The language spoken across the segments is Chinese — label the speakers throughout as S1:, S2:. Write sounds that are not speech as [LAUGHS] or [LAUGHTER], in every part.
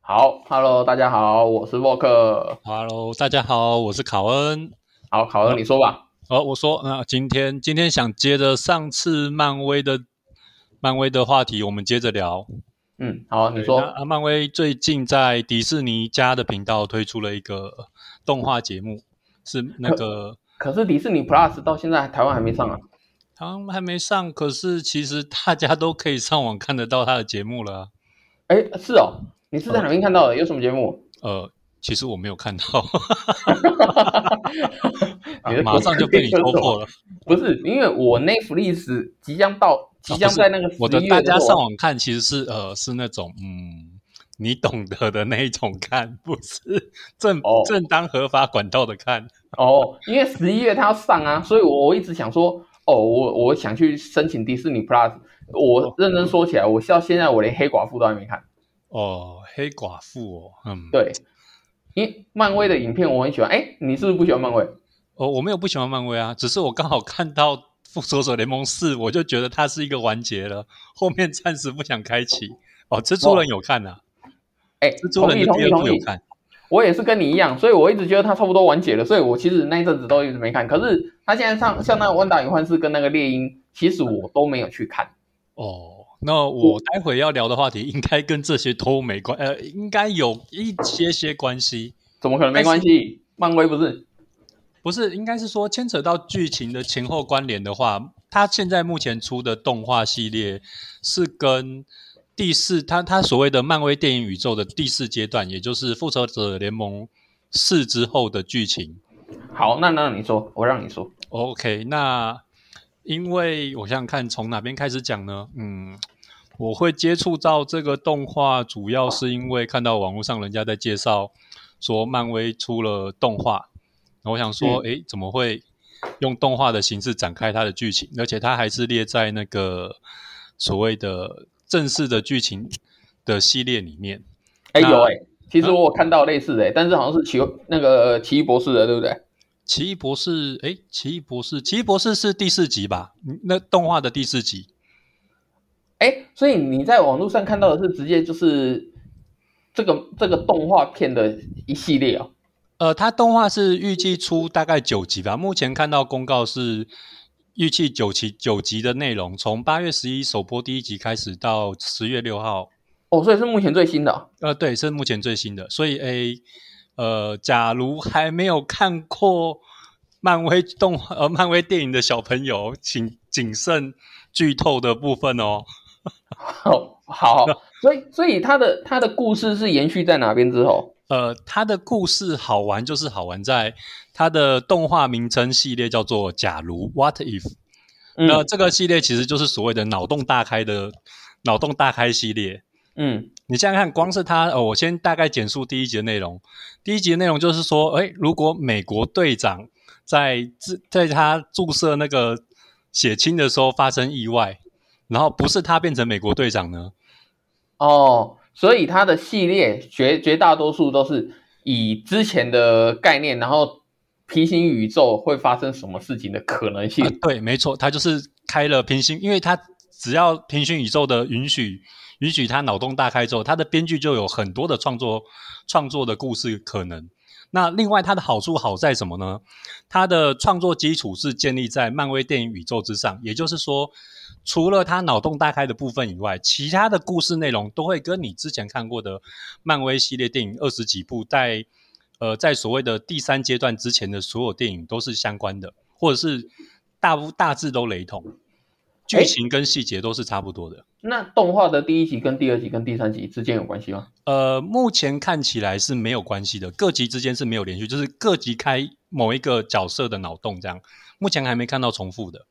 S1: 好，Hello，大家好，我是沃克。
S2: Hello，大家好，我是考恩。
S1: 好，考恩，你说吧。
S2: 哦，我说，那、今天今天想接着上次漫威的漫威的话题，我们接着聊。
S1: 嗯，好，你
S2: 那
S1: 说。
S2: 啊，漫威最近在迪士尼家的频道推出了一个动画节目，是那个
S1: 可是迪士尼 Plus 到现在台湾还没上啊。
S2: 他们还没上，可是其实大家都可以上网看得到他的节目了啊、
S1: 哎，是哦，你是在哪边看到的？有什么节目？
S2: 呃，其实我没有看到，
S1: 你的
S2: 啊 [LAUGHS] 马上就被你戳破了。
S1: [LAUGHS] 不是，因为我 Netflix 即将到，即将在那个
S2: 啊我的
S1: 11月
S2: 大家
S1: 时候
S2: 上网看其实是呃是那种嗯你懂得的那一种看，不是正、
S1: 哦
S2: 正当合法管道的看。
S1: 哦，因为十一月它要上啊，所以我我一直想说，哦，我我想去申请迪士尼 Plus。我认真说起来，我到现在我连黑寡妇都还没看。
S2: 哦，黑寡妇哦，嗯，，
S1: 对，因为漫威的影片我很喜欢。哎，你是不是不喜欢漫威？
S2: 哦，我没有不喜欢漫威啊，只是我刚好看到《复仇者联盟四》，我就觉得它是一个完结了，后面暂时不想开启。哦，蜘蛛人有看啊，
S1: 哎，
S2: 蜘蛛
S1: 同意
S2: 人的
S1: 同
S2: 第
S1: 意
S2: 二
S1: 同
S2: 部有
S1: 意，
S2: 看。
S1: 我也是跟你一样，所以我一直觉得它差不多完结了，所以我其实那一阵子都一直没看。可是它现在上像那个《万达与幻视》跟那个《猎鹰》，其实我都没有去看。
S2: 哦，那
S1: 嗯
S2: 我待会要聊的话题应该跟这些都没关，呃，应该有一些些关系。
S1: 怎么可能没关系？漫威不是？
S2: 不是，应该是说牵扯到剧情的前后关联的话，它现在目前出的动画系列是跟第四，它它所谓的漫威电影宇宙的第四阶段，也就是复仇者联盟四之后的剧情。
S1: 好，那那你说，我让你说。
S2: OK，那因为我想想看，从哪边开始讲呢？嗯，我会接触到这个动画，主要是因为看到网络上人家在介绍说漫威出了动画，然后我想说，诶，怎么会用动画的形式展开它的剧情？而且它还是列在那个所谓的正式的剧情的系列里面。
S1: 哎，
S2: 那嗯
S1: 有哎、其实我有看到类似的、但是好像是奇那个奇异博士的，对不对？
S2: 奇异博士，诶，奇异博士，奇异博士是第四集吧？嗯那动画的第四集。
S1: 哎，所以你在网络上看到的是直接就是这个这个动画片的一系列哦。
S2: 呃，它动画是预计出大概九集吧，目前看到公告是预计九集九集的内容，从八月十一首播第一集开始到十月六号，
S1: 哦，所以是目前最新的哦、
S2: 呃，对，是目前最新的。所以，诶，呃，假如还没有看过漫威动画呃漫威电影的小朋友，请谨慎剧透的部分哦。
S1: 好， [LAUGHS]
S2: [LAUGHS]
S1: 好，所以所以他的他的故事是延续在哪边之后？
S2: 呃，它的故事好玩，就是好玩在它的动画名称系列叫做“假如 What If”。那
S1: 嗯
S2: 这个系列其实就是所谓的脑洞大开的脑洞大开系列。
S1: 嗯
S2: 你想想看，光是它，呃，我先大概简述第一集的内容。第一集的内容就是说，哎，如果美国队长在自在他注射那个血清的时候发生意外，然后不是他变成美国队长呢？
S1: 哦，所以他的系列绝绝大多数都是以之前的概念，然后平行宇宙会发生什么事情的可能性。
S2: 啊，对，没错，他就是开了平行，因为他只要平行宇宙的允许，允许他脑洞大开之后，他的编剧就有很多的创作创作的故事可能。那另外它的好处好在什么呢？它的创作基础是建立在漫威电影宇宙之上，也就是说，除了他脑洞大开的部分以外，其他的故事内容都会跟你之前看过的漫威系列电影二十几部在呃在所谓的第三阶段之前的所有电影都是相关的，或者是大部大致都雷同，剧情跟细节都是差不多的。
S1: 那动画的第一集跟第二集跟第三集之间有关系吗？
S2: 呃，目前看起来是没有关系的，各集之间是没有连续，就是各集开某一个角色的脑洞这样。目前还没看到重复的。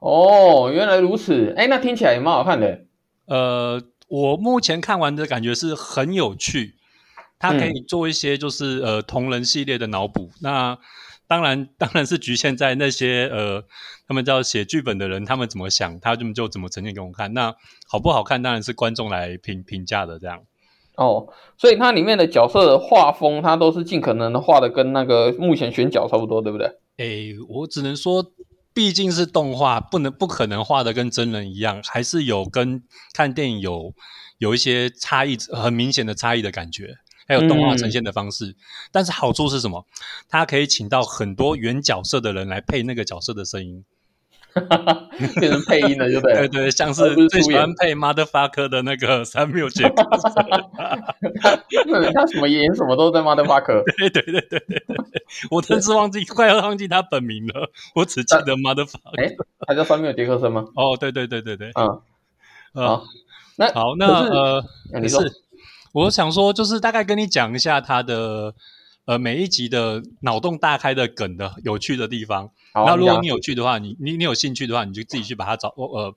S1: 哦，原来如此。哎，那听起来也蛮好看的。
S2: 呃，我目前看完的感觉是很有趣，它可以做一些就是、呃同人系列的脑补。那当然， [LAUGHS] 当然是局限在那些呃，他们叫写剧本的人，他们怎么想，他们就怎么呈现给我们看。那好不好看，当然是观众来评评价的这样。
S1: 哦，所以它里面的角色的画风，它
S2: [LAUGHS]
S1: 都是尽可能的画的跟那个目前选角差不多，对不对？
S2: 诶，我只能说，毕竟是动画，不能不可能画的跟真人一样，还是有跟看电影有有一些差异，很明显的差异的感觉，还有动画呈现的方
S1: 嗯
S2: 式。但是好处是什么？它可以请到很多原角色的人来配那个角色的声音。
S1: 变成配音了，就对
S2: 对
S1: 了。
S2: 对，像
S1: 而
S2: 是
S1: 不是
S2: 最
S1: 出
S2: 喜
S1: 演
S2: 欢配 motherfucker 的那个 [LAUGHS] 三缪
S1: [LAUGHS]
S2: 杰克森。
S1: 对，他什么演什么都在 motherfucker。
S2: 对对对对对对，我甚至忘记，快要忘记他本名了，我只记得 motherfucker。
S1: 哎，他叫三缪杰克森吗？
S2: 哦，对对对对对，
S1: 嗯，
S2: 呃
S1: 好，那
S2: 好，那
S1: 可是
S2: 呃，
S1: 啊
S2: 没
S1: 你
S2: 事
S1: 说，
S2: 我想说，就是大概跟你讲一下它的呃每一集的脑洞大开的梗的有趣的地方。
S1: 好，啊
S2: 那如果
S1: 讲
S2: 你有趣的话，你你你有兴趣的话，你就自己去把它找。哦呃，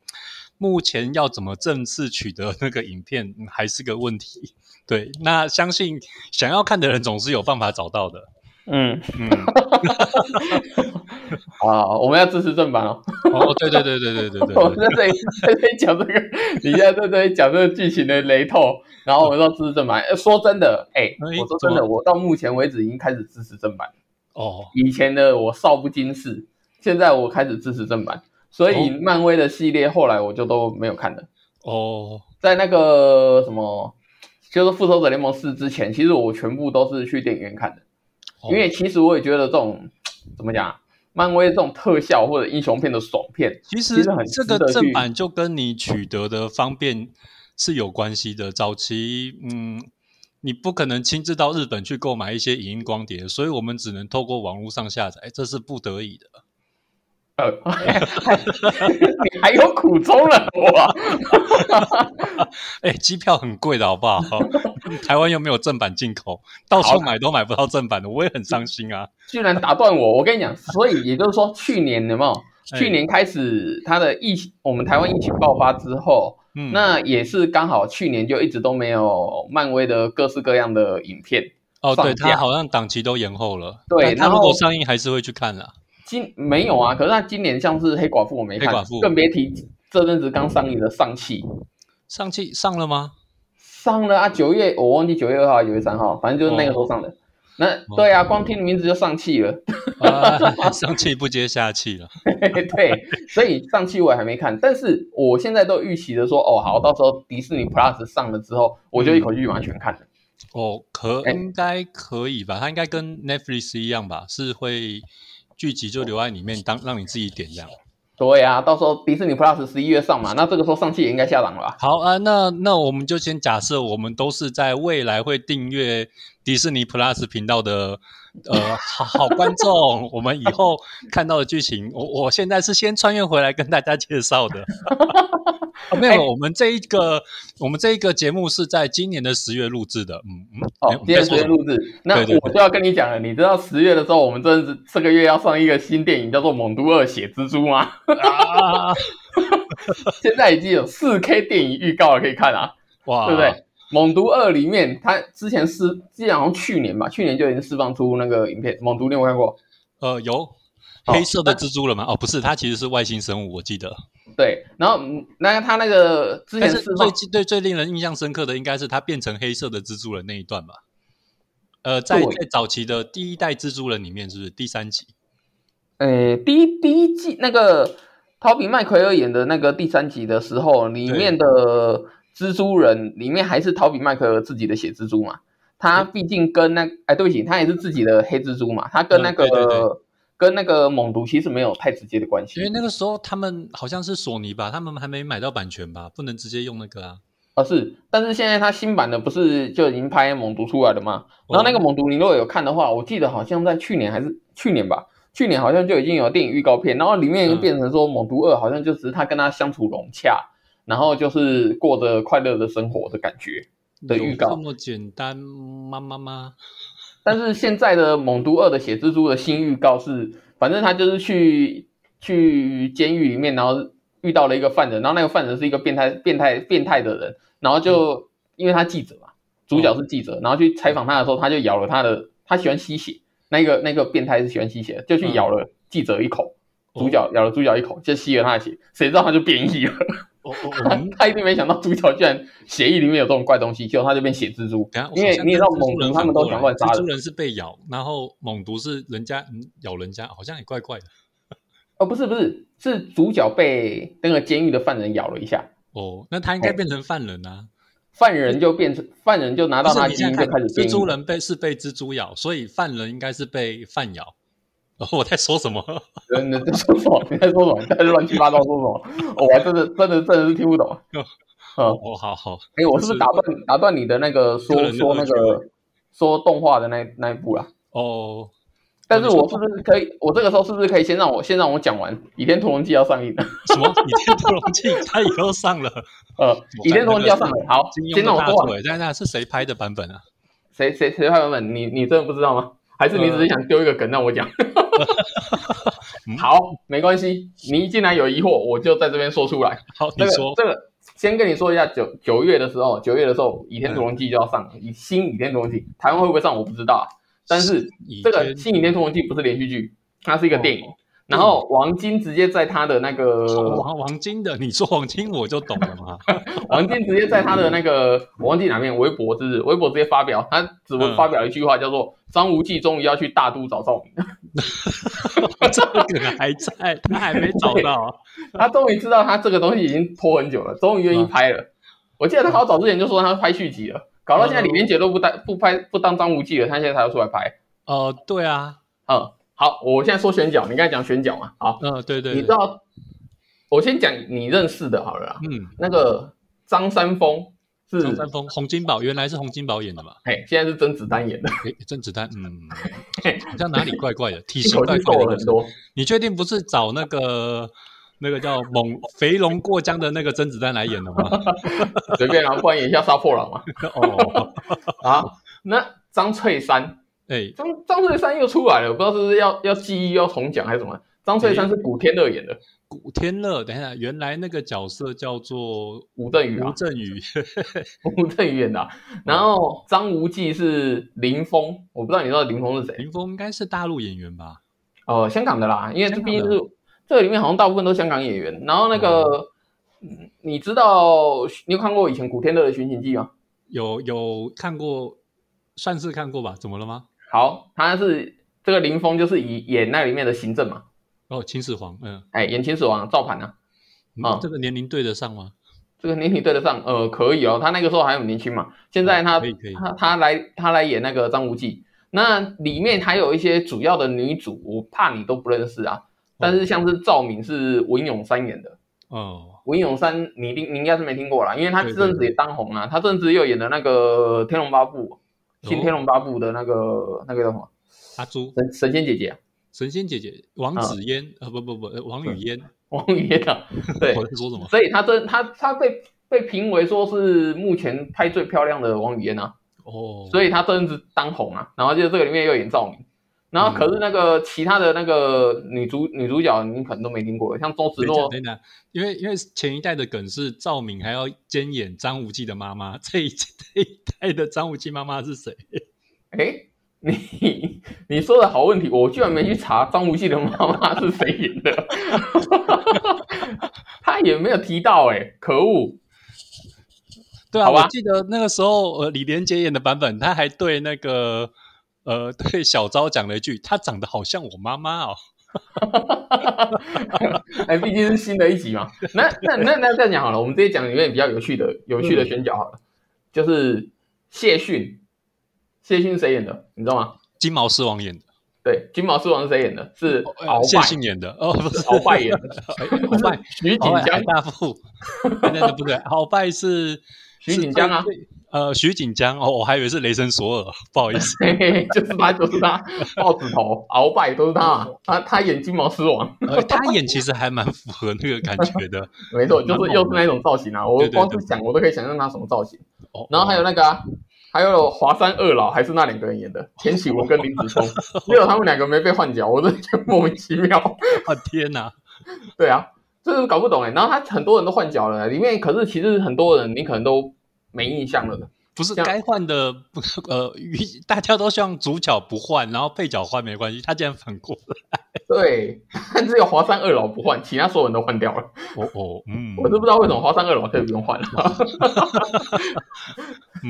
S2: 目前要怎么正式取得那个影片嗯还是个问题。对，那相信想要看的人总是有办法找到的。
S1: 嗯，
S2: 嗯，
S1: 好，我们要支持正版哦。
S2: 哦，对对对对对对对
S1: [LAUGHS] 我
S2: 对
S1: 们在这里在这里讲这个，你现在在这里讲这个剧情的雷透，然后我们说支持正版。呃说真的，哎，
S2: 哎
S1: 我说真
S2: 怎
S1: 的，我到目前为止已经开始支持正版。
S2: 哦，
S1: 以前的我少不经事，现在我开始支持正版，所以
S2: 哦
S1: 漫威的系列后来我就都没有看了。
S2: 哦，
S1: 在那个什么，就是《复仇者联盟四》之前，其实我全部都是去电影院看的，
S2: 哦
S1: 因为其实我也觉得这种怎么讲、啊，漫威这种特效或者英雄片的爽片，其
S2: 其实
S1: 实很
S2: 这
S1: 值
S2: 个
S1: 得去
S2: 正版就跟你取得的方便是有关系的。早期，嗯，你不可能亲自到日本去购买一些影音光碟，所以我们只能透过网络上下载，哎这是不得已的。
S1: 呃，你还 [LAUGHS] 有苦衷了我，
S2: 哎，机票很贵的好不好？台湾又没有正版进口，到处
S1: 好
S2: 买都买不到正版的，我也很伤心啊。
S1: 居然打断我！我跟你讲，所以也就是说，去年有没有？
S2: 哎
S1: 去年开始，它的疫情，我们台湾疫情爆发之后，
S2: 嗯，
S1: 那也是刚好去年就一直都没有漫威的各式各样的影片，
S2: 哦，对，
S1: 放假
S2: 它好像档期都延后了。
S1: 对
S2: 它
S1: 然
S2: 如
S1: 后
S2: 果上映还是会去看啦。
S1: 今没有啊，可是他今年像是黑寡妇我没看，
S2: 黑寡妇
S1: 更别提这阵子刚上映的上汽
S2: 上期上了吗？
S1: 上了啊，九月我忘记九月二号还是九月三号，反正就是那个时候
S2: 哦
S1: 上的。那对啊，光听名字就上气了， [LAUGHS]
S2: 啊， [LAUGHS] 上气不接下气了。
S1: 对，所以上气我也还没看，但是我现在都预期的说，哦好，到时候迪士尼 Plus 上了之后，我就一口气把它全看了。
S2: 哦，可
S1: 哎
S2: 应该可以吧？它应该跟 Netflix 一样吧，是会剧集就留在里面，当让你自己点这样。
S1: 对啊，到时候迪士尼 Plus 十一月上嘛，那这个时候上气也应该下档了吧？
S2: 好啊，那那我们就先假设我们都是在未来会订阅迪士尼 Plus 频道的呃好好观众，我们以后看到的剧情，我我现在是先穿越回来跟大家介绍的。啊没
S1: 哎
S2: 有，我们这一个我们这一个节目是在今年的十月录制的，嗯嗯。哎
S1: 哦
S2: 我，们
S1: 今
S2: 在
S1: 天
S2: 说
S1: 十
S2: 什
S1: 月
S2: 么
S1: 录制，那
S2: 对对
S1: 我就要跟你讲了。你知道十月的时候，我们这是这个月要上一个新电影，叫做《猛毒二血蜘蛛》吗？ [LAUGHS]
S2: 啊？
S1: 现在已经有四 K 电影预告了，可以看啊，
S2: 哇，
S1: 对不对？《猛毒二》里面，它之前是，之前好像去年吧，去年就已经释放出那个影片，《猛毒》你有没有看过？
S2: 呃，有
S1: 好
S2: 黑色的蜘蛛了吗？哦，不是，它其实是外星生物，我记得。
S1: 对，然后嗯那个他那个之前
S2: 但是
S1: 释
S2: 最
S1: 放，
S2: 最对最令人印象深刻的，应该是它变成黑色的蜘蛛人那一段吧。呃，在
S1: 对
S2: 在早期的第一代蜘蛛人里面，是不是第三集？
S1: 呃，第一第一季那个陶比麦奎尔演的那个第三集的时候，里面的蜘蛛人里面还是陶比麦奎尔自己的血蜘蛛嘛。他毕竟跟那哎，对不起，他也是自己的黑蜘蛛嘛。他跟那个、
S2: 嗯对对对
S1: 跟那个猛毒其实没有太直接的关系
S2: 因为那个时候他们好像是索尼吧，他们还没买到版权吧，不能直接用那个啊。
S1: 而、是，但是现在他新版的不是就已经拍猛毒出来了吗？
S2: 哦
S1: 然后那个猛毒，你如果有看的话，我记得好像在去年还是去年吧，去年好像就已经有电影预告片，然后里面
S2: 嗯
S1: 变成说猛毒二好像就只是他跟他相处融洽，然后就是过着快乐的生活的感觉。的
S2: 有
S1: 预告
S2: 这么简单吗？妈妈
S1: 但是现在的猛毒二的血蜘蛛的新预告是，反正他就是去去监狱里面，然后遇到了一个犯人，然后那个犯人是一个变态、变态、变态的人，然后就、因为他记者嘛，主角是记者，然后去采访他的时候，他就咬了他的，他喜欢吸血，那个那个变态是喜欢吸血的，就去咬了记者一口，主角咬了主角一口，就吸了他的血，谁知道他就变异了，
S2: 哦哦，我们
S1: [LAUGHS] 他一定没想到主角居然血液里面有这种怪东西，结果他就变血蜘蛛，
S2: 等一下，
S1: 因为
S2: 好像
S1: 你也知道
S2: 跟蜘蛛
S1: 猛
S2: 人
S1: 毒他们
S2: 反过
S1: 都喜欢
S2: 来
S1: 乱杀
S2: 蜘蛛
S1: 人
S2: 人是被咬，然后猛毒是人家嗯咬人家，好像也怪怪的。
S1: 哦，不是不是，是主角被那个监狱的犯人咬了一下，
S2: 哦，那他应该变成犯人啊。
S1: 犯人就变成犯人就拿
S2: 不
S1: 到
S2: 是
S1: 他
S2: 你
S1: 基
S2: 现
S1: 因
S2: 在
S1: 就
S2: 看，
S1: 开始变
S2: 蜘
S1: 异
S2: 蛛人被是被蜘蛛咬，所以犯人应该是被饭咬。哦，我在说什么？
S1: 人，你在说什么？你在说什么？你在乱七八糟说什么？哦我还真的真的真的是听不懂。嗯，
S2: 哦，好好，
S1: 哎，我是不是打断打断你的那个说
S2: 个人的
S1: 说那
S2: 恶
S1: 个说动画的那那一部啦？
S2: 哦，
S1: 但是
S2: 你说
S1: 我是不是可以？我这个时候是不是可以先让我先让我讲完《倚天屠龙记》要上映了？
S2: 什么？倚天屠龙记它以后上
S1: [LAUGHS]
S2: 了，
S1: 呃，《倚天屠龙记》要上映，好
S2: 金，庸
S1: 先让
S2: 的
S1: 我
S2: 大
S1: 说完。
S2: 作欸。但那是谁拍的版本啊？
S1: 谁谁谁拍版本？你你真的不知道吗？还是你
S2: 呃
S1: 只是想丢一个梗让
S2: [LAUGHS]
S1: 我讲？
S2: 嗯
S1: 好，没关系，你既然有疑惑，我就在这边说出来。
S2: 好，
S1: 这
S2: 你
S1: 个
S2: 说
S1: 这个，先跟你说一下，九九月的时候，九月的时候，《倚天屠龙记》就要上，以新《倚天屠龙记》，台湾会不会上我不知道啊。但是
S2: 倚
S1: 这个
S2: 天
S1: 新《倚天屠龙记》不是连续剧，它是一个电影。
S2: 哦
S1: 然后王晶直接在他的那个
S2: 哦王王晶的，你说王晶我就懂了嘛。 [LAUGHS]
S1: 王晶直接在他的那个我忘记哪篇微博，是不是微博直接发表，他只
S2: 嗯
S1: 发表一句话叫做“张无忌终于要去大都找赵敏了
S2: 这个梗还在，他还没找到。”，
S1: 他终于知道他这个东西已经拖很久了，终于愿
S2: 嗯
S1: 意拍了。我记得他好早之前就说他要拍续集了，搞到现
S2: 嗯
S1: 在李连杰都不当不拍不当张无忌了，他现在才要出来拍。
S2: 哦，对啊，
S1: 嗯，好，我现在说选角，你刚才讲选角嘛，好，
S2: 嗯，对对，
S1: 你知
S2: 对
S1: 道，我先讲你认识的好了啦，
S2: 嗯，
S1: 那个张三丰是，
S2: 张三丰、洪金宝原来是洪金宝演的嘛？
S1: 哎，现在是甄子丹演的，
S2: 诶，甄子丹，
S1: [LAUGHS]
S2: 嗯，好像哪里怪怪的，
S1: 一
S2: 体型
S1: 口
S2: 怪
S1: 气
S2: 怪
S1: 瘦
S2: 的
S1: 了
S2: 感
S1: 很
S2: 觉。
S1: 多。
S2: 你确定不是找那个那个叫猛肥龙过江的那个甄子丹来演的吗？
S1: 随便啊，不然演一下杀破狼嘛。
S2: 哦，
S1: 啊，那张翠山，
S2: 哎，
S1: 张张翠山又出来了，不知道是不是要要记忆要重讲还是什么。张翠山是古天乐演的，
S2: 古天乐，等一下，原来那个角色叫做
S1: 吴镇宇
S2: 吴
S1: 啊，
S2: 镇宇，
S1: [LAUGHS] 吴镇宇演的啊、然后张无忌是林峰，我不知道你知道林峰是谁？
S2: 林峰应该是大陆演员吧？
S1: 哦、香港的啦，因为这
S2: 香港
S1: 毕
S2: 的
S1: 竟是这个里面好像大部分都香港演员。然后那个，
S2: 哦
S1: 嗯你知道你有看过以前古天乐的《寻秦记》吗？
S2: 有有看过，算是看过吧？怎么了吗？
S1: 好，他是这个林峰就是以演那里面的行政嘛，
S2: 哦，秦始皇，嗯，
S1: 哎，演秦始皇赵盘啊。
S2: 嗯
S1: 哦
S2: 这个年龄对得上吗？
S1: 这个年龄对得上，呃，可以哦。他那个时候还很年轻嘛，现在他、
S2: 嗯可以可以
S1: 他他来他来演那个张无忌，那里面还有一些主要的女主，我怕你都不认识啊。但是像是赵敏是文咏珊演的，
S2: 哦，
S1: 文咏珊你一定你应该是没听过啦，因为她
S2: 对对
S1: 这阵子也当红啊，她这阵子又演了那个《天龙八部》，新
S2: 哦
S1: 《天龙八部》的那个那个叫什么
S2: 阿朱，
S1: 神神仙姐姐、啊， [LAUGHS]
S2: 神仙姐姐，王
S1: 啊
S2: 子嫣，呃，不不不，呃王语嫣，
S1: 王语嫣啊，
S2: [LAUGHS]
S1: 对
S2: 我，在说什么？
S1: 所以她真她她被被评为说是目前拍最漂亮的王语嫣啊。
S2: 哦，
S1: 所以他这阵子当红啊，然后就这个里面又演赵敏，然后可是那个其他的那个女主女主角你可能都没听过，像周芷
S2: 等一下，
S1: 若，
S2: 等一下，因为因为前一代的梗是赵敏还要兼演张无忌的妈妈，这一 [LAUGHS] 这一代的张无忌妈妈是谁？
S1: 哎，你你说的好问题，我居然没去查张无忌的妈妈是谁演的， [LAUGHS] 他也没有提到哎、可恶，
S2: 对啊，
S1: 好吧
S2: 我记得那个时候呃李连杰演的版本，他还对那个呃对小昭讲了一句：“她长得好像我妈妈哦。
S1: 哎，毕竟是新的一集嘛，那那那那这样讲好了，我们直接讲里面比较有趣的有趣的选角好了，就是谢逊，谢逊谁演的，你知道吗？”
S2: 金毛狮王演的，
S1: 对，金毛狮王是谁演的？是
S2: 呃
S1: 鳌
S2: 谢
S1: 拜，
S2: 杏演的，哦，不是
S1: 是鳌拜演的。
S2: [LAUGHS] 哎鳌拜，
S1: [LAUGHS] 徐锦
S2: 鳌拜海
S1: 江，
S2: 大富，哎那个不对，鳌拜是
S1: 徐锦江啊，
S2: 是最呃，徐锦江哦，我还以为是雷神索尔，不好意思，
S1: 嘿嘿嘿，就是他，就是他，豹子头、鳌拜都是他，啊他他演金毛狮王，
S2: 呃，他演其实还蛮符合那个感觉的。
S1: 没错，就是又是那种造型啊！我
S2: 对对
S1: 光是想我都可以想象他什么造型。
S2: 哦
S1: 然后还有那个啊，还有华山二老，还是那两个人演的，田启文跟林子
S2: [LAUGHS]
S1: 聪，只有他们两个没被换角，我真的觉得莫名其妙。
S2: 哦 [LAUGHS] 天哪，
S1: 对啊，这是搞不懂哎。然后他很多人都换角了，里面可是其实很多人你可能都没印象了的。
S2: 不是
S1: 这样
S2: 该换的，不呃，与大家都希望主角不换，然后配角换没关系，他竟然反过来。
S1: 对， [LAUGHS] 但只有华山二老不换，其他所有人都换掉了。
S2: 哦哦，嗯，
S1: 我都不知道为什么华山二老特别不用换了，
S2: 嗯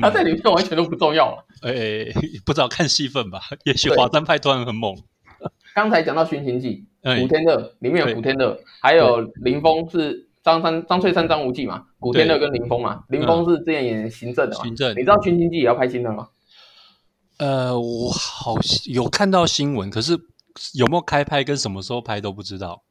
S1: [LAUGHS] 他在里面完全都不重要了。
S2: [LAUGHS] 哎、不知道看戏份吧，也许
S1: 哎对
S2: 华山派突然很猛，
S1: 刚才讲到《寻秦记》，
S2: 哎
S1: 古，天乐里面有
S2: 对
S1: 古天乐，还有林峰是张三、张翠山、张无忌嘛，古天乐跟林峰嘛，林峰是之前演行政的嘛，
S2: 嗯行政
S1: 你知道《寻秦记》也要拍新的吗？
S2: 呃，我好像有看到新闻，可是有没有开拍跟什么时候拍都不知道。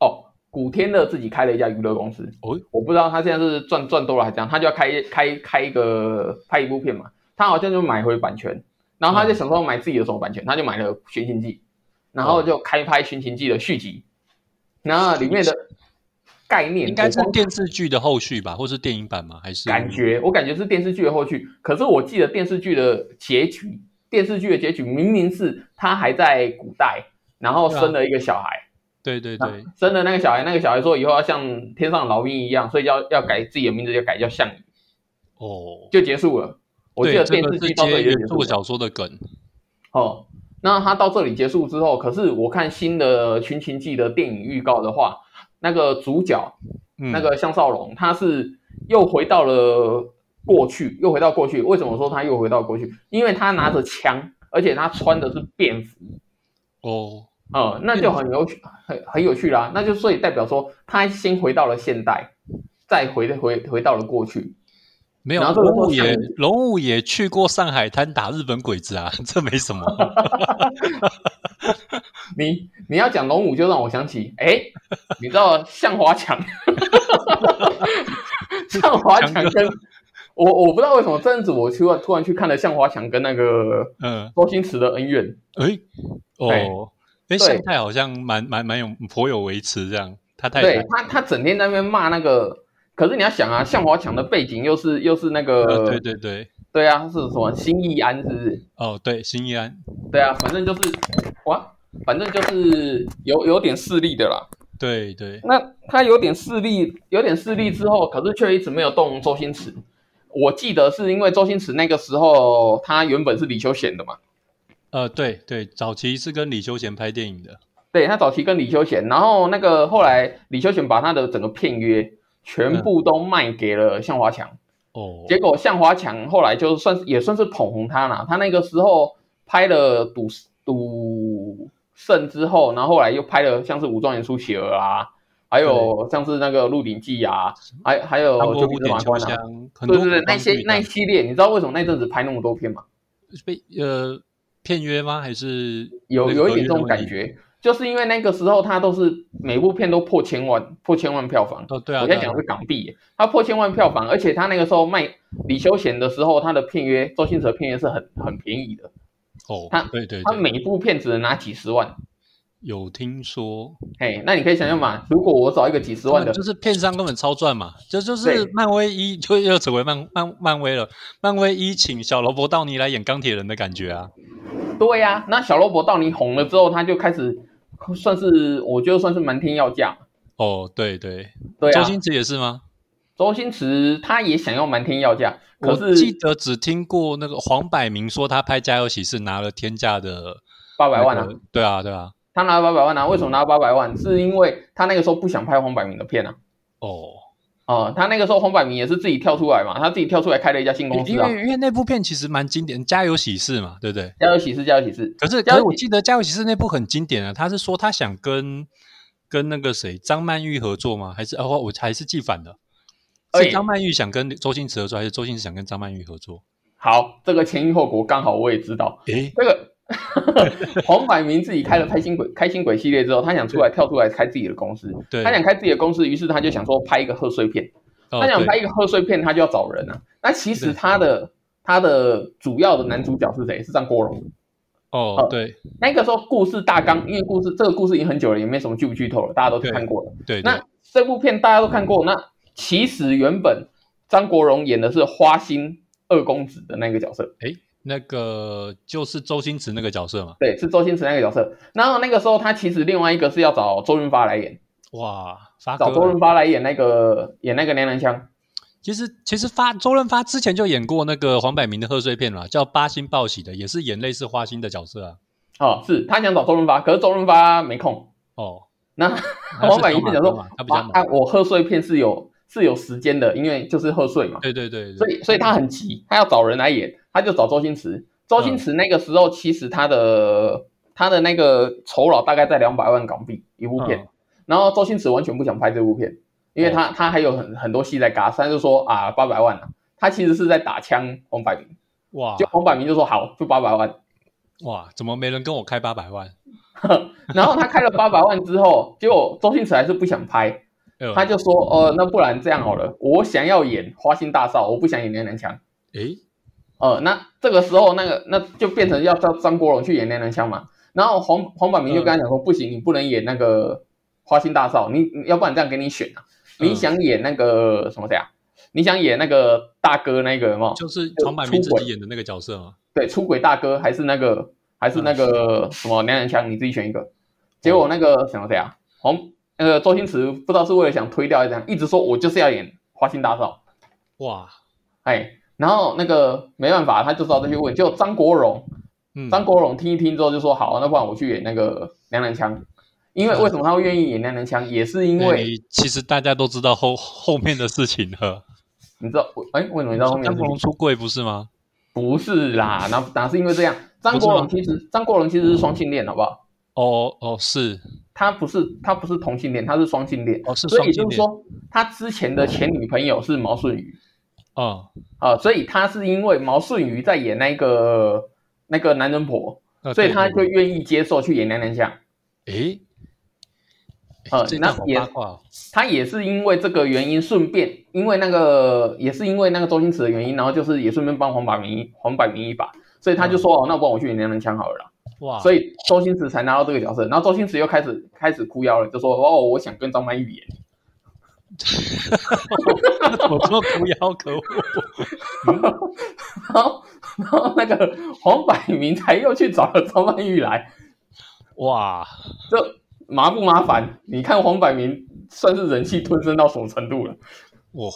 S1: 哦，古天乐自己开了一家娱乐公司，
S2: 哦
S1: 我不知道他现在是赚赚多了还是怎样，他就要开开开一个拍一部片嘛，他好像就买回版权，然后他就想说买自己的什么版权，他就买了《寻秦记》，然后就开拍《寻秦记》的续集，然后里面的概念
S2: 应该是
S1: 我光
S2: 电视剧的后续吧，或是电影版吗？还是
S1: 感觉，我感觉是电视剧的后续。可是我记得电视剧的结局，电视剧的结局明明是他还在古代，然后
S2: 对啊
S1: 生了一个小孩，
S2: 对对
S1: 啊
S2: 对，
S1: 生了那个小孩，那个小孩说以后要像天上的老鹰一样，所以要要改自己的名字，就改叫项羽，
S2: 哦，
S1: 就结束了。我记
S2: 对，
S1: 得
S2: 这
S1: 电
S2: 个
S1: 视
S2: 是
S1: 剧到这
S2: 接
S1: 里就
S2: 原
S1: 结束了。
S2: 著小说的梗，
S1: 哦，那他到这里结束之后，可是我看新的《寻秦记》的电影预告的话，那个主角
S2: 嗯，
S1: 那个项少龙，他是又回到了过去，又回到过去。为什么说他又回到过去？因为他拿着枪，而且他穿的是便服，
S2: 哦，
S1: 呃，那就很有趣，很很有趣啦。那就所以代表说，他先回到了现代，再回回回到了过去。
S2: 没有，
S1: 然后这个
S2: 龙武
S1: 时候
S2: 也
S1: 上
S2: 龙武也去过上海滩打日本鬼子啊， [LAUGHS] 这没
S1: [LAUGHS]
S2: 什么。
S1: 你你要讲龙武，就让我想起，哎，你知道向华强，向华强跟我我不知道为什么这阵子我去突然去看了向华强跟那个
S2: 嗯，
S1: 周星驰的恩怨。
S2: 诶，
S1: 哎
S2: 哦，诶，
S1: 对
S2: 向太好像蛮蛮蛮有颇有维持这样，他太
S1: 对
S2: 太
S1: 他，他整天在那边骂那个。可是你要想啊，向华强的背景又是又是那个，
S2: 呃，对对对，
S1: 对啊，是什么新义安是不是？
S2: 哦，对，新义安，
S1: 对啊，反正就是哇，反正就是有有点势力的啦。
S2: 对对，
S1: 那他有点势力，有点势力之后，可是却一直没有动周星驰。我记得是因为周星驰那个时候他原本是李修贤的嘛，
S2: 呃，对对，早期是跟李修贤拍电影的，
S1: 对他早期跟李修贤，然后那个后来李修贤把他的整个片约全部都卖给了向华强。
S2: 哦，
S1: 结果向华强后来就算是也算是捧红他啦，他那个时候拍了赌赌圣之后，然后后来又拍了像是武状元出邪儿啊，还有像是那个鹿鼎记啊，还还有
S2: 韩国
S1: 九
S2: 五
S1: 品芝
S2: 点
S1: 麻
S2: 秋
S1: 官啊，
S2: 香，很
S1: 对
S2: 多
S1: 对对，
S2: 古
S1: 那
S2: 装
S1: 些
S2: 剧
S1: 那一
S2: 的
S1: 系列，你知道为什么那阵子拍那么多片吗？
S2: 被呃片约吗？还是
S1: 有
S2: 那个
S1: 有一点这
S2: 合约的
S1: 种
S2: 问
S1: 感
S2: 题？
S1: 觉，就是因为那个时候他都是每部片都破千万破千万票房，
S2: 哦，对啊，
S1: 我在
S2: 对啊
S1: 讲的是港币耶，他破千万票房，而且他那个时候卖李修贤的时候，他的片约周星驰的片约是很很便宜的，
S2: 哦
S1: 他，
S2: 对对
S1: 他
S2: 对，
S1: 每一部片只能拿几十万，
S2: 有听说，
S1: 嘿，那你可以想象嘛，如果我找一个几十万的
S2: 就，是片商根本超赚嘛，这就是
S1: 对
S2: 漫威一就又成为漫漫漫威了，漫威一请小罗伯道尼来演钢铁人的感觉啊，
S1: 对呀、那小罗伯到你红了之后，他就开始算是我觉得算是瞒天要价，
S2: 哦，对对，
S1: 对
S2: 周
S1: 啊，
S2: 星驰也是吗？
S1: 周星驰他也想要瞒天要价，可
S2: 我记
S1: 是
S2: 得只听过那个黄百鸣说他拍《家有喜事》拿了天价的
S1: 八
S2: 那
S1: 百
S2: 个
S1: 万啊，
S2: 对啊对啊，
S1: 他拿了八百万啊，为什么拿了八百万？是因为他那个时候不想拍黄百鸣的片啊。
S2: 哦，
S1: 哦、他那个时候黄百鸣也是自己跳出来嘛，他自己跳出来开了一家新公
S2: 因
S1: 司啊。
S2: 为因为那部片其实蛮经典，《家有喜事》嘛，对不对？
S1: 家有喜事，家有喜事，
S2: 可是，
S1: 家
S2: 可
S1: 有
S2: 是我
S1: 喜
S2: 记得《家有喜事》那部很经典啊，他是说他想跟跟那个谁张曼玉合作吗？还是哦，我还是记反了，
S1: 哎
S2: 是张曼玉想跟周星驰合作，还是周星驰想跟张曼玉合作？
S1: 好，这个前因后果刚好我也知道。
S2: 诶，
S1: 这个 [LAUGHS] 黄百鸣自己开了开心鬼开心鬼系列之后，他想出来跳出来开自己的公司，
S2: 对，
S1: 他想开自己的公司，于是他就想说拍一个贺岁片，
S2: 哦
S1: 他想
S2: 对
S1: 拍一个贺岁片，他就要找人啊。那其实
S2: 对
S1: 他的他的主要的男主角是谁？是张国荣。
S2: 哦
S1: 哦，
S2: 对
S1: 那个时候故事大纲，因为故事这个故事已经很久了，也没什么剧不剧透了，大家都去看过了。
S2: 对对
S1: 那这部片大家都看过，那其实原本张国荣演的是花心二公子的那个角色，
S2: 那个就是周星驰那个角色嘛，
S1: 对，是周星驰那个角色。然后那个时候他其实另外一个是要找周润发来演，
S2: 哇，发
S1: 找
S2: 哥
S1: 周润
S2: 啊，
S1: 发来演那个演那个娘娘腔，
S2: 其实其实发周润发之前就演过那个黄百鸣的贺岁片啦，叫《八星报喜》的，也是演类似花心的角色啊。
S1: 哦，是他想找周润发，可是周润发没空。
S2: 哦，
S1: 那
S2: 他是
S1: 黄百鸣
S2: 小马
S1: 想
S2: 哥
S1: 说
S2: 嘛他比较
S1: 啊
S2: 忙，
S1: 啊，我贺岁片是有是有时间的，因为就是贺岁嘛。
S2: 对对对，嗯对
S1: 所以所以他很
S2: 嗯
S1: 急，他要找人来演，他就找周星驰。周星驰那个时候其实他的他的那个酬劳大概在两百万港币一部片，
S2: 嗯
S1: 然后周星驰完全不想拍这部片，因为他、他还有很很多戏在嘎，他就说啊八百万啊，他其实是在打枪黄百鸣，
S2: 哇
S1: 就黄百鸣就说好就八百万，
S2: 哇，怎么没人跟我开八百万？
S1: 然后他开了八百万之后，结果周星驰还是不想拍，
S2: 哎呦
S1: 他就说呃那不然这样好了，我想要演花心大少，我不想演娘娘腔。
S2: 诶，
S1: 呃，那这个时候那个那就变成要叫张国荣去演娘娘腔嘛。然后黄黄百鸣就跟他讲
S2: 嗯
S1: 说，不行，你不能演那个花心大少，你你要不然这样给你选啊，
S2: 嗯
S1: 你想演那个什么谁啊？你想演那个大哥那个吗？
S2: 就是
S1: 就
S2: 黄百鸣
S1: 出
S2: 自
S1: 轨
S2: 己演的那个角色嘛。
S1: 对，出轨大哥还是那个还是那
S2: 嗯
S1: 个什么娘娘腔，你自己选一个。结果那个什么谁啊，黄那个周星驰不知道是为了想推掉还是怎样，一直说我就是要演花心大少，
S2: 哇，
S1: 哎，然后那个没办法，他就知道这些问，结果张国荣。
S2: 嗯，
S1: 张国荣听一听之后就说好，那不然我去演那个娘娘腔，因
S2: 嗯
S1: 为为什么他会愿意演娘娘腔，也是因为
S2: 诶其实大家都知道后后面的事情了。
S1: 你知道，哎，为什么你知道后面
S2: 张
S1: 是
S2: 国荣出柜不是吗？
S1: 不是
S2: 嗯
S1: 啦？哪哪是因为这样？张国荣其实张国荣其实是双性恋，好不好？
S2: 哦哦是
S1: 他不是他不是同性恋，他是双性恋，
S2: 哦是
S1: 所以
S2: 双
S1: 也
S2: 性
S1: 就是
S2: 恋
S1: 说，他之前的前女朋友是毛舜筠
S2: 哦，
S1: 啊、所以他是因为毛舜筠在演那个那个男人婆，
S2: 呃
S1: 所以
S2: 对
S1: 他
S2: 对
S1: 就愿意接受去演娘娘腔。
S2: 诶，诶
S1: 呃
S2: 这
S1: 那
S2: 段好
S1: 也
S2: 八卦哦
S1: 他也是因为这个原因，顺便因为那个也是因为那个周星驰的原因，然后就是也顺便帮黄百鸣黄百鸣一把，所以他就说、哦，那不然我去演娘娘腔好了啦。
S2: 哇，
S1: 所
S2: 以
S1: 以周星驰才拿到这个角色，然后周星驰又开始开始哭腰了，就说哦，我想跟张曼玉演。 [LAUGHS]
S2: 我这么不要可恶，
S1: 然后然后那个黄百鸣才又去找了张曼玉来， [LAUGHS]
S2: 哇，
S1: 这麻不麻烦？你看黄百鸣算是人气吞声到什么程度了？哦
S2: 我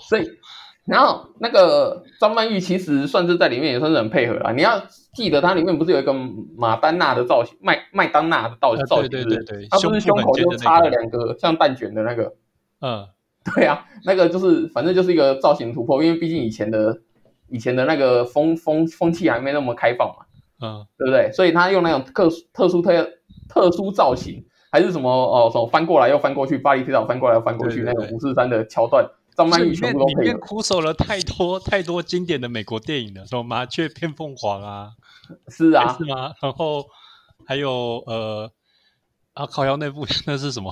S1: 所以，然后那个张曼玉其实算是在里面也算是很配合啦。你要记得，它里面不是有一个马丹娜的造型，麦麦当娜的造
S2: 呃
S1: 造型，
S2: 对对
S1: 是不是
S2: 对对，
S1: 她不是
S2: 胸
S1: 胸
S2: 部很
S1: 口
S2: 尖
S1: 就
S2: 的
S1: 插
S2: 那
S1: 了
S2: 个，
S1: 两个像蛋卷的那个？ [LAUGHS]
S2: 嗯，
S1: 对啊，那个就是反正就是一个造型突破，因为毕竟以前的以前的那个风风风气还没那么开放嘛，
S2: 嗯，
S1: 对不对？所以他用那种特殊特殊特特殊造型，还是什么哦什么翻过来又翻过去，巴黎铁塔翻过来又翻过去
S2: 对对
S1: 那
S2: 对
S1: 种五四三的桥段，张曼
S2: 这
S1: 玉
S2: 里
S1: 全
S2: 面
S1: 部都
S2: 里
S1: 配合
S2: 面。苦守了太多太多经典的美国电影了，什么麻雀变凤凰啊，
S1: 是啊，
S2: 是吗？然后还有呃，啊靠腰那部 [LAUGHS] 那是什么？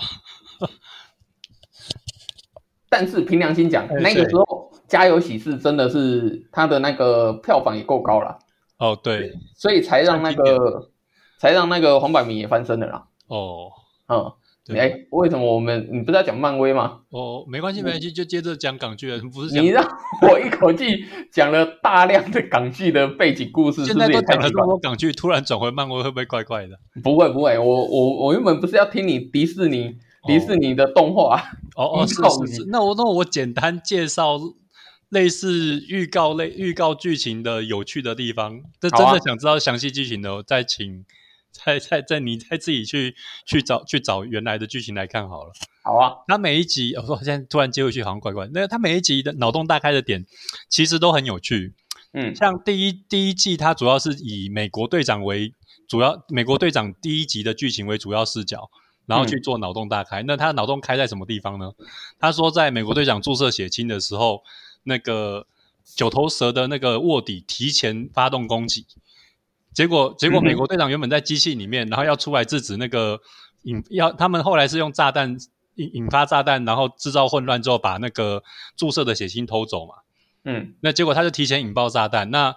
S1: 但是凭良心讲，
S2: 哎
S1: 那个
S2: 对
S1: 时候《家有喜事》真的是它的那个票房也够高了，
S2: 哦对，
S1: 所以才让那
S2: 算
S1: 个才让那个黄百鸣也翻身了啦。
S2: 哦
S1: 嗯，
S2: 对，
S1: 哎、为什么我们你不是要讲漫威吗？
S2: 哦没关系没关系，就接着讲港剧了，不是讲
S1: 你让我一口气讲了大量的港剧的背景故事，是
S2: 现
S1: 不
S2: 在
S1: 是
S2: 都
S1: 也太
S2: 讲了
S1: 奇
S2: 这
S1: 怪
S2: 么？多港剧，突然转回漫威会不会怪怪的？
S1: 不会不会，我我我原本不是要听你迪士尼迪士尼的动画，啊
S2: 哦哦，
S1: 预
S2: 是
S1: 告
S2: 是是。那我那我简单介绍类似预告类预告剧情的有趣的地方。这
S1: 好
S2: 真
S1: 啊
S2: 的想知道详细剧情的，我再请再再再你再自己去去找去找原来的剧情来看好了。
S1: 好啊，
S2: 它每一集，我说现在突然接回去好像怪怪。那它每一集的脑洞大开的点其实都很有趣。
S1: 嗯
S2: 像第一第一季，它主要是以美国队长为主要，美国队长第一集的剧情为主要视角，然后去
S1: 嗯
S2: 做脑洞大开。那他的脑洞开在什么地方呢？他说，在美国队长注射血清的时候，那个九头蛇的那个卧底提前发动攻击，结果结果
S1: 嗯哼
S2: 美国队长原本在机器里面，然后要出来制止那个引要他们后来是用炸弹引引发炸弹，然后制造混乱之后把那个注射的血清偷走嘛。
S1: 嗯
S2: 那结果他就提前引爆炸弹。那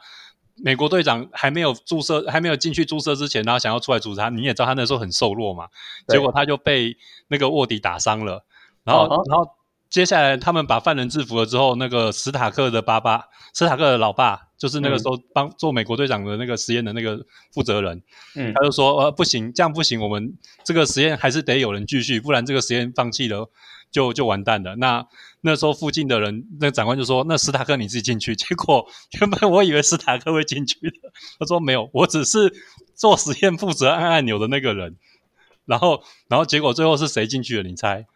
S2: 美国队长还没有注射，还没有进去注射之前，然后想要出来阻止他，你也知道他那时候很瘦弱嘛，
S1: 对
S2: 结果他就被那个卧底打伤了。然后
S1: 啊哈
S2: 然后接下来他们把犯人制服了之后，那个史塔克的爸爸，史塔克的老爸，就是那个时候帮做美国队长的那个实验的那个负责人，
S1: 嗯
S2: 他就说呃不行，这样不行，我们这个实验还是得有人继续，不然这个实验放弃了就就完蛋了。那那时候附近的人，那长官就说：“那史塔克你自己进去。” [LAUGHS] 结果原本我以为史塔克会进去的，他说没有，我只是做实验负责按按钮的那个人。然后，然后结果最后是谁进去了？你猜？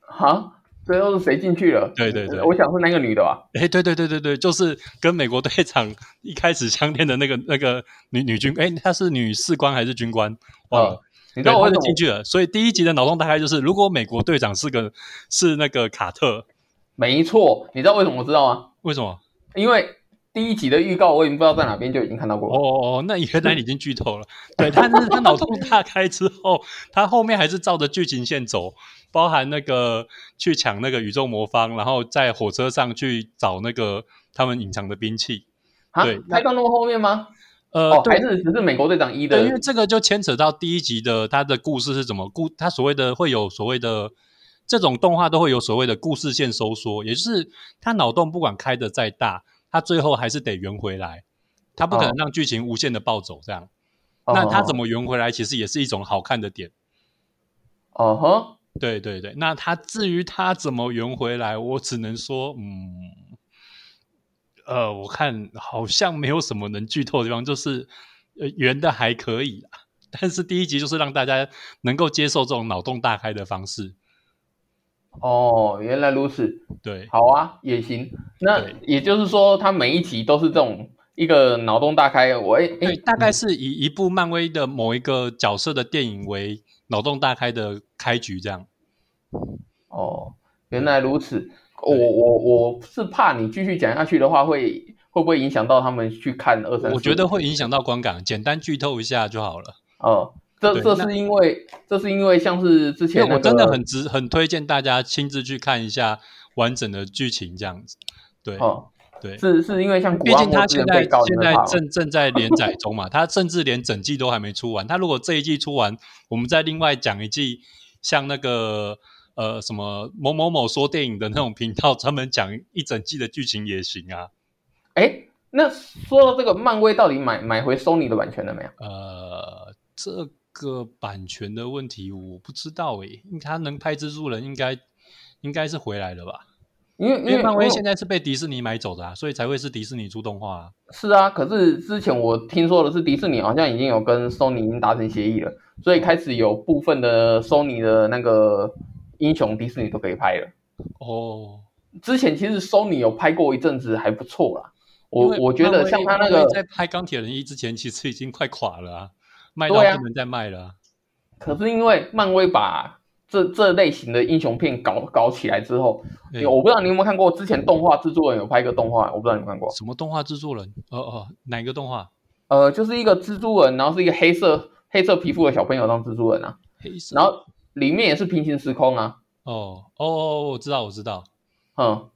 S1: 好，最后是谁进去了？
S2: 对对对
S1: 我想是那个女的吧？
S2: 哎，对对对对对，就是跟美国队长一开始相恋的那个那个女女军，哎，她是女士官还是军官？忘了。
S1: 嗯你知道我为什
S2: 对他
S1: 么
S2: 就进去了，所以第一集的脑洞大概就是，如果美国队长是个是那个卡特，
S1: 没错，你知道为什么我知道吗？
S2: 为什么？
S1: 因为第一集的预告我已经不知道在哪边就已经看到
S2: 哦
S1: 过。
S2: 哦，哦，那原来你已经剧
S1: [LAUGHS]
S2: 透了。对，但是他脑洞大开之后，他后面还是照着剧情线走，包含那个去抢那个宇宙魔方，然后在火车上去找那个他们隐藏的兵器。
S1: 啊
S2: 对，
S1: 开到那么后面吗？
S2: 呃，
S1: 哦，
S2: 对
S1: 还是只是美国队长一
S2: 对，因
S1: 的
S2: 为这个就牵扯到第一集的它的故事是怎么故，它所谓的会有所谓的这种动画都会有所谓的故事线收缩，也就是它脑洞不管开的再大，它最后还是得圆回来，它不可能让剧情无限的暴走这样。
S1: 哦
S2: 那它怎
S1: 么？
S2: 么圆回来，其实也是一种好看的点。
S1: 哦呵，
S2: 对对对，那它至于它怎么圆回来，我只能说，嗯，呃，我看好像没有什么能剧透的地方，就是呃圆的还可以啦。但是第一集就是让大家能够接受这种脑洞大开的方式，
S1: 哦，原来如此。
S2: 对
S1: 好啊，也行。那
S2: 对
S1: 也就是说，他每一集都是这种一个脑洞大开。我哎
S2: 对，
S1: 哎，
S2: 大概是以一部漫威的某一个角色的电影为脑洞大开的开局这样。
S1: 哦，原来如此。我我我是怕你继续讲下去的话，会会不会影响到他们去看二三四？
S2: 我觉得会影响到观感，简单剧透一下就好了。
S1: 哦，这
S2: 对
S1: 这是因为这是因为像是之前
S2: 因为
S1: 那
S2: 我
S1: 个
S2: 真的很值很推荐大家亲自去看一下完整的剧情这样子。对、
S1: 哦，
S2: 对，
S1: 是是因为像古
S2: 毕
S1: 阿
S2: 竟
S1: 莫
S2: 他
S1: 之
S2: 现
S1: 前
S2: 在
S1: 被告，你
S2: 现
S1: 们
S2: 在
S1: 怕吗
S2: 正正在连载中嘛，他甚至连整季都还没出完。他如果这一季出完，我们再另外讲一季，像那个呃什么某某某说电影的那种频道，专门讲一整季的剧情也行啊。
S1: 哎，那说到这个，漫威到底买买回 Sony 的版权了没有？啊
S2: 呃，这个版权的问题我不知道诶、他能拍蜘蛛人应该应该是回来了吧？
S1: 因为
S2: 因为漫威
S1: 我
S2: 现在是被迪士尼买走的啊，所以才会是迪士尼出动画、啊。
S1: 是啊，可是之前我听说的是迪士尼好像已经有跟 Sony 已经达成协议了，所以开始有部分的 Sony 的那个英雄迪士尼都可以拍了。
S2: 哦，
S1: 之前其实 Sony 有拍过一阵子，还不错啦。
S2: 因
S1: 我
S2: 为
S1: 我觉
S2: 漫
S1: 得
S2: 威
S1: 像他那
S2: 漫威
S1: 个，
S2: 在拍钢铁人一之前，其实已经快垮了啊，卖到
S1: 对啊
S2: 不能再卖了啊、
S1: 可是因为漫威把这这类型的英雄片搞搞起来之后，
S2: 对
S1: 我不知道你有没有看过，之前动画制作人有拍一个动画，我不知道你有没有看过，
S2: 什么动画制作人？哦哦，哪一个动画？
S1: 呃，就是一个蜘蛛人，然后是一个黑色黑色皮肤的小朋友当蜘蛛人啊，
S2: 黑色。
S1: 然后里面也是平行时空啊，
S2: 哦哦哦，我知道，我知道。
S1: 嗯。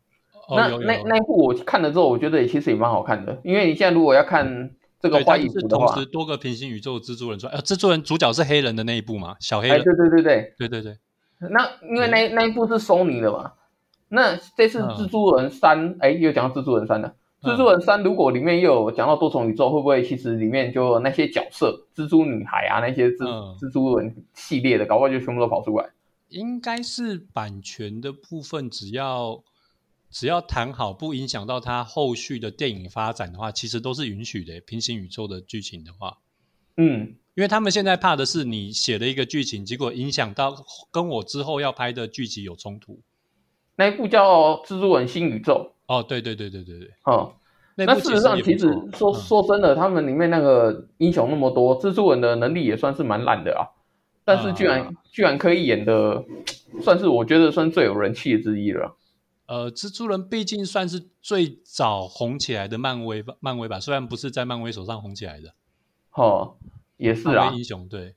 S2: 哦，
S1: 那
S2: 有有
S1: 那
S2: 有，
S1: 那一部我看了之后，我觉得也其实也蛮好看的，因为你现在如果要看这个
S2: 对，
S1: 花
S2: 它
S1: 衣
S2: 就是
S1: 服的
S2: 同
S1: 话，
S2: 时多个平行宇宙的蜘蛛人出来，呃，蜘蛛人主角是黑人的那嗯一部嘛，小黑
S1: 哎，
S2: 人。
S1: 对对对对，
S2: 对对对，
S1: 那因为那那一部是索尼的嘛，那这次蜘蛛人三，哎、又讲到蜘蛛人三了。
S2: 嗯
S1: 蜘蛛人三如果里面又有讲到多重宇宙，会不会其实里面就有那些角色，蜘蛛女孩啊，那些蜘、
S2: 嗯
S1: 蜘蛛人系列的，搞不好就全部都跑出来。
S2: 应该是版权的部分，只要只要谈好，不影响到它后续的电影发展的话，其实都是允许的。平行宇宙的剧情的话，
S1: 嗯，
S2: 因为他们现在怕的是你写了一个剧情，结果影响到跟我之后要拍的剧集有冲突。
S1: 那一部叫《蜘蛛人新宇宙
S2: 哦，对对对对对对，》
S1: 嗯，那
S2: 部
S1: 事实上，
S2: 也
S1: 其
S2: 不
S1: 实说
S2: 错嗯
S1: 说真的，他们里面那个英雄那么多，蜘蛛人的能力也算是蛮烂的啊。但是居然、
S2: 啊
S1: 居然可以演的，算是我觉得算最有人气的之一了。
S2: 呃，蜘蛛人毕竟算是最早红起来的漫威吧，漫威吧，虽然不是在漫威手上红起来的，
S1: 哦，也是
S2: 漫
S1: 啊
S2: 威，英雄对，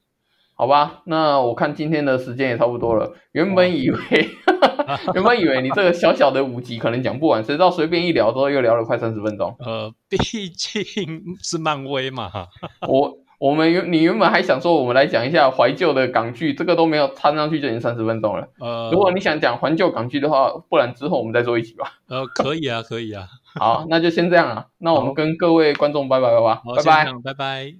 S1: 好吧，那我看今天的时间也差不多了。原本以为， [LAUGHS] 原本以为你这个小小的五集可能讲不完，谁知道随便一聊之后又聊了快三十分钟。
S2: 呃，毕竟是漫威嘛，
S1: 我我们原你原本还想说我们来讲一下怀旧的港剧，这个都没有掺上去就已经三十分钟了。
S2: 呃，
S1: 如果你想讲怀旧港剧的话，不然之后我们再做一集吧。
S2: 呃可以啊，可以啊，
S1: 好，那就先这样了。那我们
S2: 好
S1: 跟各位观众拜拜拜拜
S2: 好，
S1: 拜
S2: 先
S1: 拜
S2: 这。样拜拜。